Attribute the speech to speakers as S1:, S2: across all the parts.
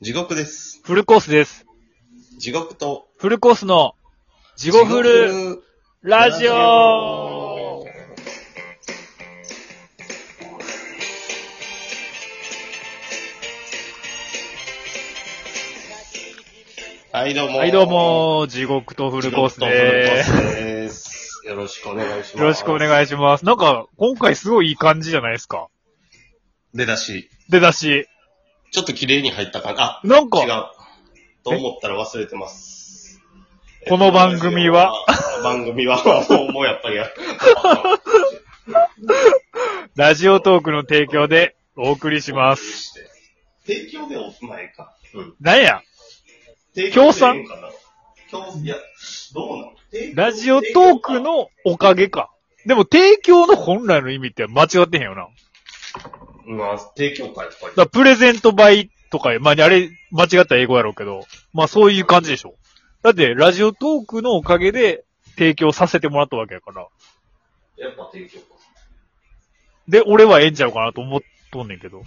S1: 地獄です。
S2: フルコースです。
S1: 地獄と、
S2: フルコースの、地獄フル
S1: 地獄
S2: ラジオ
S1: はい、どうも。
S2: はい、どう。も、地獄とフ
S1: フ
S2: ルコースで
S1: フル
S2: す。
S1: コースです。よろしくお願いします。
S2: よろしくお
S1: い。
S2: 願いします。なんか、今回すごいいい感じじゃないですか。
S1: 出だし、
S2: 出だし。
S1: ちょっと綺麗に入ったかな。
S2: な
S1: あ、
S2: ん
S1: 違
S2: か、
S1: う。と思ったら忘れてます。
S2: この番組は
S1: えっと番組は、もう、もうやっぱりや、
S2: ラジオトークの提供でお送りします。
S1: して。提供でお住まいか。うん。
S2: なんや
S1: 提
S2: 協
S1: 供
S2: 賛
S1: でいいんかな協賛いや、どうなの提供
S2: ラジオトークのおかげか。でも、提供の本来の意味って間違ってへんよな。だか
S1: まあ、提供会とかに
S2: らプレゼント倍とか、まあ、あれ、間違ったら英語やろうけど、まあ、そういう感じでしょ。だって、ラジオトークのおかげで提供させてもらったわけやから。
S1: やっぱ提供か。
S2: で、俺はええんちゃうかなと思っとんねんけど。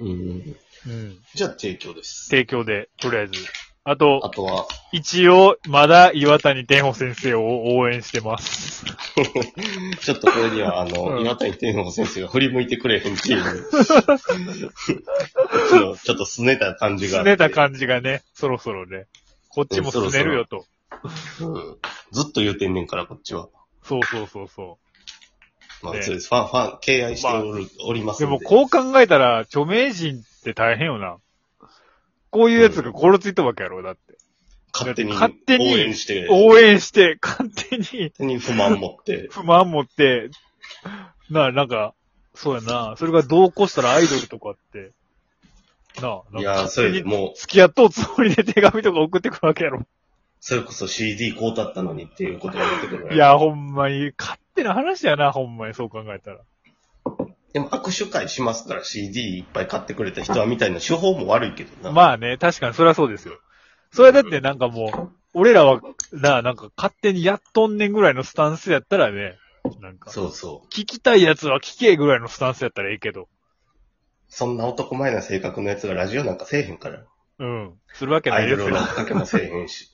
S1: うん。
S2: うん。
S1: じゃあ提供です。
S2: 提供で、とりあえず。あ
S1: あ
S2: と、
S1: とは、
S2: 一応、まだ岩谷天保先生を応援してます。
S1: ちょっとこれには、あ
S2: う
S1: の、
S2: ん
S1: 岩谷天皇先生が振り向いてくれへん っていう、こっちのちょっとすねた感じがあ
S2: す
S1: って。
S2: ねた感じがね、そろそろね。こっちもすねるよと。
S1: うん。ずっと言うてんねんから、こっちは。
S2: そうそうそうそ
S1: まあ、
S2: ね
S1: そうです。ファン、ファン、敬愛しておる、おりま
S2: う。
S1: す
S2: で
S1: んで。
S2: も、こう考えたら、著名人って大変よな。こういうやつが心ついたわけやろ、だって。
S1: 勝手に、
S2: 勝手に
S1: 応援して、勝
S2: 応援して、勝手に
S1: 手に不満持って、
S2: 不満持って、なあ、なんか、そうやな。それがどうこうしたらアイドルとかって、なあ、
S1: い
S2: なん
S1: や、
S2: か
S1: それでもう、
S2: 付き合っとうつもりで手紙とか送ってくるわけやろ。
S1: それこそ CD こうだったのにっていうことが出てくるわよ
S2: い、や、ほんまに、勝手な話やな、ほんまに、そう考えたら。
S1: でも握手会しますから CD いっぱい買ってくれた人はみたいな手法も悪いけどな。
S2: まあね、確かにそれはそうですよ。それはだってなんかもう、俺らは、なあ、なんか勝手にやっとんねんぐらいのスタンスやったらね、なんか、
S1: そうそう。
S2: 聞きたいやつは聞けぐらいのスタンスやったらいいけど、
S1: そんな男前な性格のやつがラジオなんかせえへんから。
S2: うん、するわけな
S1: ア
S2: い
S1: イ
S2: で
S1: ド
S2: すよ
S1: ル。のかけもせえへん し。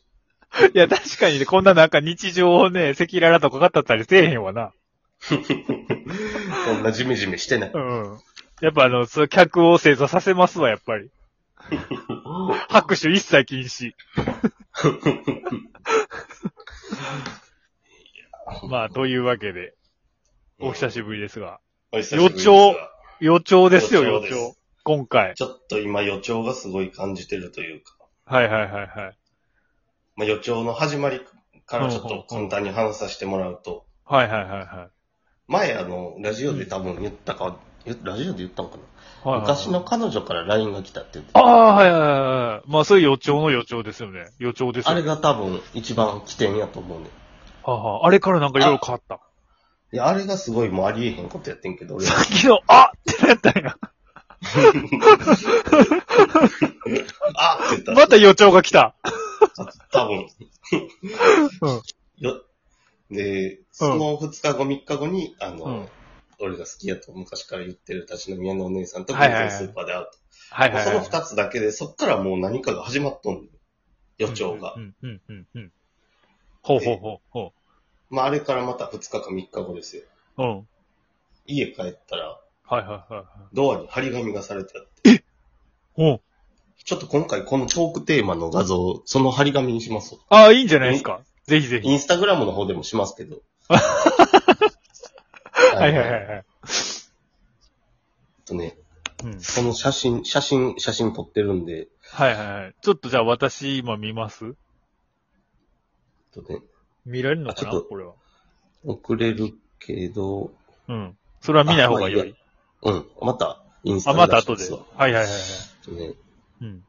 S2: いや、確かにね、こんななんか日常をね、赤裸々とか語ったりせえへんわな。
S1: そんなジメジメしてない。
S2: うん。やっぱあの、そう客を正座させますわ、やっぱ り。拍手一切禁止。まあ、というわけで、お久しぶりですが。
S1: お久しぶりですわ
S2: 予兆予兆ですよ、
S1: 予兆
S2: 予兆。
S1: です
S2: 今回。
S1: ちょっと今予兆がすごい感じてるというか、
S2: はいはいはいはい。
S1: まあ、予兆の始まりからちょっと簡単に話させてもらうと、
S2: はいはいはいは
S1: 前あの、ラジオで多分言ったか、言ラジオで言ったのかな、
S2: い。はいはいはい
S1: 昔の。彼女から LINE が来たって言って、
S2: ああ、はいはいはいはい。まあ、そういう予兆の予兆ですよね。予兆ですよ
S1: あ
S2: ね。
S1: れが多分一番起点やと思うね。
S2: はあはあ、あれからなんかいろいろ変わった。
S1: いや、あれがすごいもうありえへんことやってんけど、俺は
S2: さっきの、あってなったんや。
S1: あって言ったら
S2: また予兆が来た。
S1: 多分。
S2: うん
S1: よで、その2日後、3日後に、あの、
S2: うん
S1: 俺が好きやと昔から言ってる立ち飲み屋のお姉さんと偶
S2: はいはいは
S1: 然
S2: い
S1: スーパーで会うと。
S2: はいはいはい。
S1: その2つだけで、そっからもう何かが始まっとんの予兆が。
S2: うんうんうんうんうん。ほうほうほうほ
S1: まあ、あれからまた2日か3日後ですよ。
S2: う。うん。
S1: 家帰ったら、
S2: はいはいはいはい。
S1: ドアに張り紙がされてあって、
S2: おう
S1: ちょっと今回このトークテーマの画像、その張り紙にしますわ
S2: ああ、いいんじゃないですか。ぜひぜ
S1: イ
S2: ひ。
S1: ンスタグラムの方でもしますけど。
S2: は
S1: はい
S2: はいはい。は
S1: えっ
S2: い。
S1: とね、
S2: うん。
S1: この写真、写真、写真撮ってるんで、えっ
S2: はいはいはい。ちょっとじゃあ私今見ます
S1: とね、
S2: 見られるのかな
S1: あちょっと
S2: これは。
S1: 送れるけど、
S2: うん。それは見ない方が良い。
S1: うん、また、インスタ
S2: あ、
S1: に
S2: また
S1: 出し
S2: 後
S1: ます
S2: で。は
S1: わ
S2: いはいはいはい。
S1: ね、
S2: うん。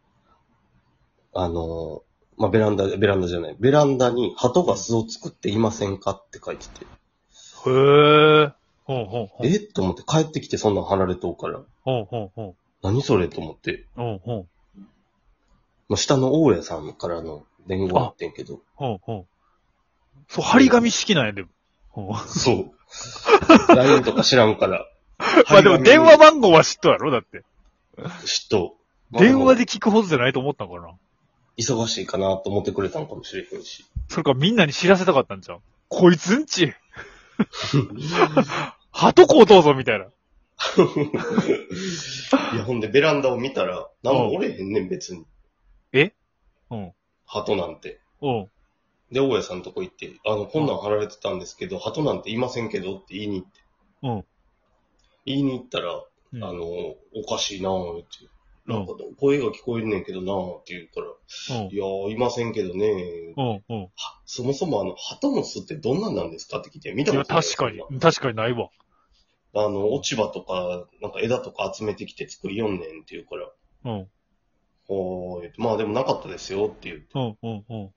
S1: あのー、まあ、ベランダ、ベランダじゃない、ベランダに鳩が巣を作っていませんかって書いてて、
S2: へー。ほうほうほう。
S1: えっと思って帰ってきてそんなん貼られとうから、
S2: ほうほうほう。
S1: 何それと思って、
S2: ほうほう。
S1: まあ、下の大家さんからの伝言やってんけど、
S2: ほうほう。そう、張り紙式なんやでも。ほう
S1: そう。LINE
S2: 。
S1: とか知らんから
S2: まあでも電話番号は知っとうやろだって。
S1: 知っと
S2: 電話で聞くほどじゃないと思ったんかな。
S1: 忙しいかなと思ってくれたのかもしれへんし。
S2: それかみんなに知らせたかったんじゃん。こいつんち。鳩子どうぞみたいな。
S1: いや、ほんでベランダを見たら、なんもおれへんねん、別に。
S2: うん。
S1: 鳩なんて。
S2: うん。
S1: で、大家さんのとこ行って、あの、こんなん貼られてたんですけど、鳩なんていませんけどって言いに行って。
S2: うん。
S1: 言いに行ったら、
S2: うん
S1: あの、おかしいなぁ、って。
S2: う
S1: なん
S2: ん
S1: か、声が聞こえんねんけどなぁ、って言うから、いやーいませんけどねー
S2: うん。うん。
S1: そもそもあの、鳩の巣ってどんなんなんですかって聞いて、見た
S2: い
S1: こ
S2: や、
S1: とない。
S2: 確かに
S1: そん。
S2: 確かにないわ。
S1: なあの、落ち葉とか、なんか枝とか集めてきて作りよんねんって言うから、
S2: うん。
S1: おーい、まあでもなかったですよって言って。
S2: うん。うん。うん。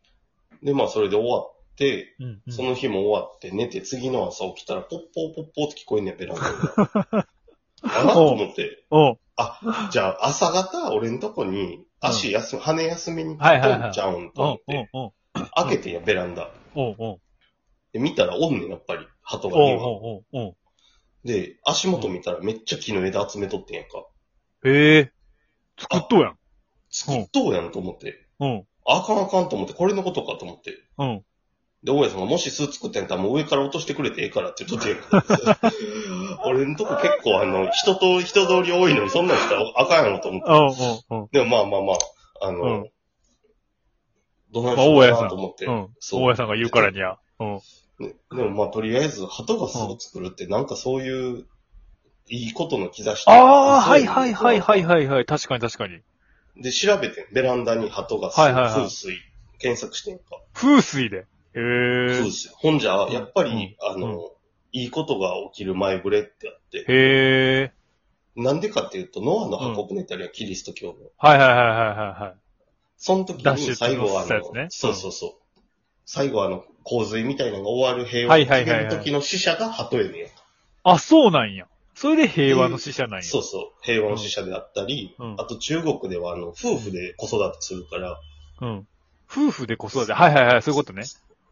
S1: で、まあそれで終わって、
S2: うん。
S1: その日も終わって寝て、次の朝起きたら、ポッポーポッポーって聞こえんねん、ベランダ からあらと思って。
S2: うん。
S1: じゃあ、朝方、俺んとこに、足休み、羽休みに
S2: はいはいはい
S1: 飛んちゃうんと
S2: う
S1: 思
S2: ん
S1: っ。
S2: うん
S1: て、。開けてんや、ベランダ。
S2: うん。うん。
S1: で、見たらおんねん、やっぱり、鳩が2羽。
S2: うん。うん。うん。
S1: で、足元見たらめっちゃ木の枝集めとってんやんか。
S2: ええ。作っとうやん。
S1: 作っとうやんと思って。
S2: うん。
S1: あかんあかんと思って、これのことかと思って。
S2: うん。
S1: で、大家さんがもし巣作ってんやったらもう上から落としてくれてええからって言っとってんやんか 俺んとこ結構あの、人と、人通り多いのにそんなんしたらあかんやろと思って。
S2: うん。うん。
S1: でもまあまあまあ、あの、
S2: うん
S1: どな
S2: ま
S1: い
S2: あ、
S1: し
S2: 大家
S1: ようか
S2: さ。
S1: なんと思って。
S2: うん。
S1: そう
S2: 大家さんが言うからには。うん。
S1: ねでもまあとりあえず、鳩が巣を作るってなんかそういう、いいことの兆しと
S2: あ
S1: か
S2: あ、はい
S1: そう
S2: は
S1: う
S2: い
S1: の
S2: はいはいはいはい。確かに確かに。
S1: で、調べてんベランダに鳩が巣、
S2: はいはいはい
S1: 風水、検索してんか。
S2: 風水で。ええ
S1: 風水。ほんじゃ、やっぱり、
S2: うん
S1: あの、いいことが起きる前触れってあって、
S2: へえ。
S1: なんでかっていうと、ノアの箱舟ってあるやん、キリスト教の。
S2: はいはいはいはいはいはい。
S1: その時
S2: 脱出
S1: に最後はあ
S2: したや
S1: の、
S2: つね
S1: そうそうそう。最後はあの、洪水みたいなのが終わる平和
S2: は
S1: を
S2: い
S1: 告
S2: はいは
S1: げ
S2: いはい
S1: る時の死者が鳩やねんやんか。
S2: あ、そうなんや。それで平和の死者なんや。
S1: そうそう。平和の死者であったり、
S2: うん
S1: あと中国ではあの、夫婦で子育てするから、
S2: うん。夫婦で子育て。はいはいはい、そういうことね。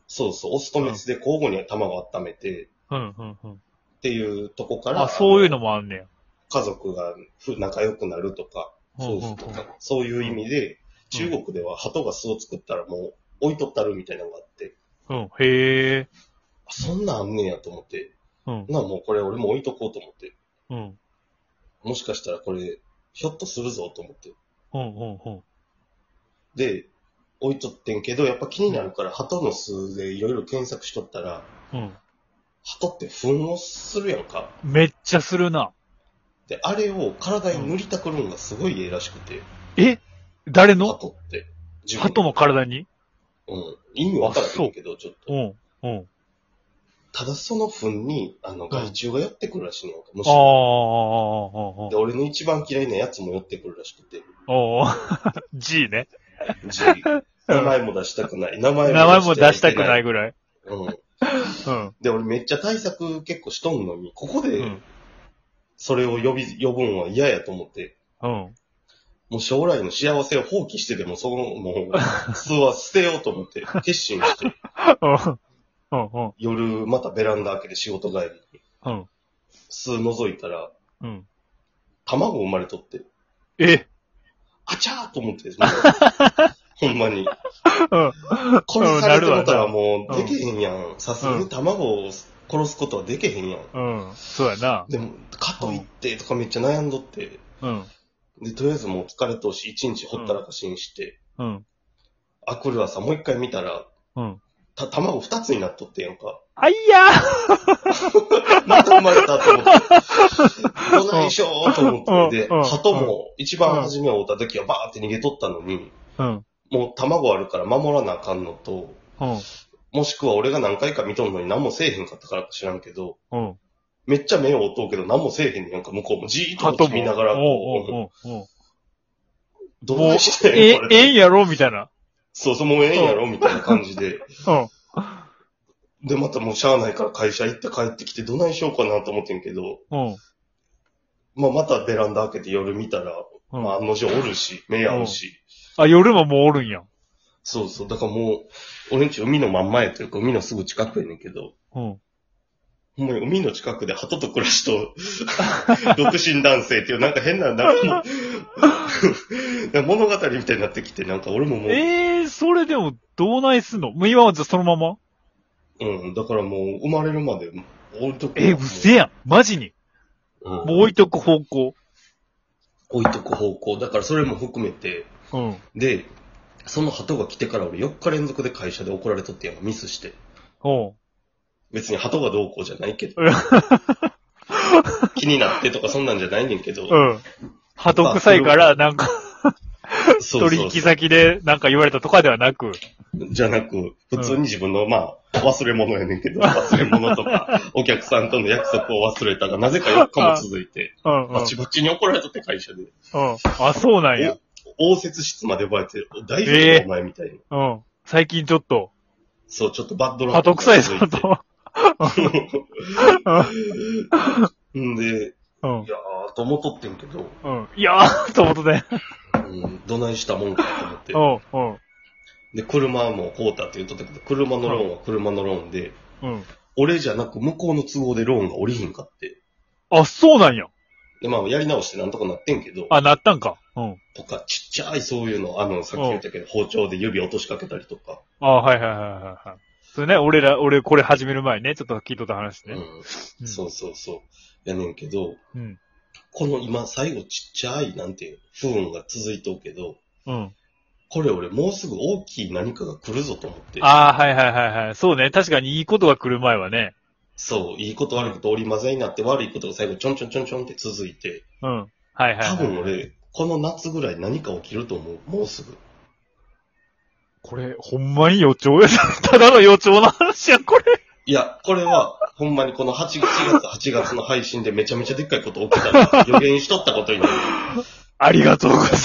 S1: そうそう、オスとメスで交互に卵を温めて、
S2: うんうんうん。
S1: っていうとこから、
S2: あ、そういう
S1: の
S2: のもあんねや。
S1: 家族がふ仲良くなるとか、
S2: うんうんう
S1: 夫
S2: ん
S1: 婦とか、そういう意味で、中国では鳩が巣を作ったらもう置いとったるみたいなのがあって、
S2: うん。へえ。
S1: あそんなんあんねんやと思って、
S2: うん。
S1: なあもうこれ俺も置いとこうと思って、
S2: うん。
S1: もしかしたらこれ、ひょっとするぞと思って。
S2: うんうんうん。
S1: で、置いとってんけど、やっぱ気になるから、鳩の巣でいろいろ検索しとったら、
S2: うん。
S1: 鳩って糞をするやんか。
S2: めっちゃするな。
S1: で、あれを体に塗りたくるのがすごいええらしくて、
S2: え誰の
S1: 鳩って。自分
S2: 鳩の体に
S1: うん。意味わからへんけど、ちょっ
S2: う
S1: と。
S2: ん。うん。
S1: ただその糞に、あの、害虫が寄ってくるらしいのよ。も
S2: ああ、ああ、ああ
S1: で、俺の一番嫌いなやつも寄ってくるらしく て。
S2: ああ、ああ。G ね。
S1: ジェリー名前も出したくない。名前。
S2: 名前も出したくないいぐらい。
S1: うん。
S2: うん。
S1: で、俺めっちゃ対策結構しとんのに、ここ
S2: う
S1: で
S2: ん。
S1: それを呼び、呼ぶんは嫌やと思って、
S2: うん。
S1: もう将来の幸せを放棄してでも、その、も う、巣は捨てようと思って、決心して、
S2: うん。うん。
S1: 夜またベランダ開けて仕事帰りに、
S2: うん。
S1: 巣覗いたら、
S2: うん。
S1: 卵生まれとって、
S2: え
S1: あちゃーと思って、もう ほんまに。
S2: うん。
S1: 殺されてもたら
S2: うん
S1: もう
S2: なるわな
S1: でけへんやん。さすがに卵を殺すことはでけへんやん。
S2: うん。そうやな。
S1: でも、かといってとかめっちゃ悩んどって、
S2: うん。
S1: で、とりあえずもう疲れとうし、一日ほったらかしにして、
S2: うん。
S1: あくる朝もう一回見たら、
S2: うん。
S1: た、卵二つになっとってんやんか。
S2: あいやー
S1: また生まれたと思って。どないしょーと思って。で、
S2: うんうん
S1: 鳩も一番初めを追った時はバーって逃げとったのに、
S2: うん。
S1: もう卵あるから守らなあかんのと、
S2: うん。
S1: もしくは俺が何回か見とんのに何もせえへんかったからか知らんけど、
S2: うん。
S1: めっちゃ目を追っとうけど何もせえへんねんなんか向こうもじーっと見ながら、
S2: おう
S1: こ
S2: おうおうおう
S1: うどうして
S2: え
S1: んこ、
S2: え
S1: れ。
S2: んやろみたいな。
S1: そうそう、もうええんやろみたいな感じで。
S2: うん。
S1: で、またもうしゃあないから会社行って帰ってきてどないしようかなと思ってんけど、
S2: うん。
S1: まあまたベランダ開けて夜見たら、
S2: う
S1: まあ
S2: ん。
S1: 案の定おるし、目合うし。
S2: あ、夜ももうおるんや。
S1: そうそう。だからもう、俺んち海のまんまやというか、海のすぐ近くやねんけど、
S2: うん。
S1: ほんまに海の近く で鳩と暮らしと、独身男性っていう、なんか変な、なんかもう物語みたいになってきて、なんか俺ももう、
S2: ええー、それでも、どうないすんのもう今はじゃあそのまま
S1: うん、だからもう生まれるまで置いとく。
S2: えー、うせやん。マジに。
S1: うん
S2: もう置いとく方向。
S1: 置いとく方向。だからそれも含めて、
S2: うん。
S1: で、その鳩が来てから俺4日連続で会社で怒られとってやんかミスして。
S2: おう
S1: 別に鳩がどうこうじゃないけ ど。気になってとかそんなんじゃないねんけど。
S2: うん。鳩臭いから、なんか、
S1: そう
S2: 取
S1: そう
S2: 引先でなんか言われたとかではなく。
S1: じゃなく、普通に自分の、まあ、忘れ物やねんけど、忘れ物と か、お客さんとの約束を忘れたが、なぜか4日も続いて、
S2: うん、うん。う
S1: バチバチに怒られとって会社で、
S2: ん。あ、そうなんや。
S1: 応接室まで呼ばれて、大丈夫、
S2: ええ
S1: お前みたいな。
S2: うん。最近ちょっと、
S1: そう、ちょっとバッドラッ
S2: 鳩
S1: ク
S2: 臭い
S1: が
S2: ぞ
S1: 続いて。
S2: と。
S1: んで、
S2: うん
S1: い。やー、と思っとってんけど、
S2: うん。いやー、と思ってね。
S1: うん、どないしたもんかと
S2: う
S1: 思っ
S2: ん、うん。
S1: て。で、車もこうたって言っとったけど、車のローンは車のローンで、
S2: うん。
S1: 俺じゃなく向こうの都合でローンが降りひんかって。
S2: あ、そうなんや。
S1: で、まあ、やり直してなんとかなってんけど、
S2: あ、なったんか。うん。
S1: とか、ちっちゃいそういうの、あの、さっき言ったけど、包丁で指落としかけたりとか、
S2: あ、はいはいはいはいはい。それね、俺ら、俺これ始める前にね、ちょっと聞いとった話
S1: う
S2: ね。
S1: んそうそうそう、やねんけど、
S2: うん。
S1: この今、最後ちっちゃい、なんていう、不運が続いとうけど、
S2: うん。
S1: これ俺もうすぐ大きい何かが来るぞと思って、
S2: あー、はいはいはいはい。そうね。確かにいいことが来る前はね。
S1: そう、いいこと悪いこと折り混ぜになって悪いことが最後ちょんちょんちょんちょんって続いて、
S2: うん。はいはい、はい。
S1: 多分俺、この夏ぐらい何か起きると思う、もうすぐ。
S2: これ、ほんまに予兆や。ただの予兆の話やん、これ。
S1: いや、これは、ほんまにこの8月、8月の配信でめちゃめちゃでっかいこと起きたら予言しとったことになる。
S2: ありがとうございます。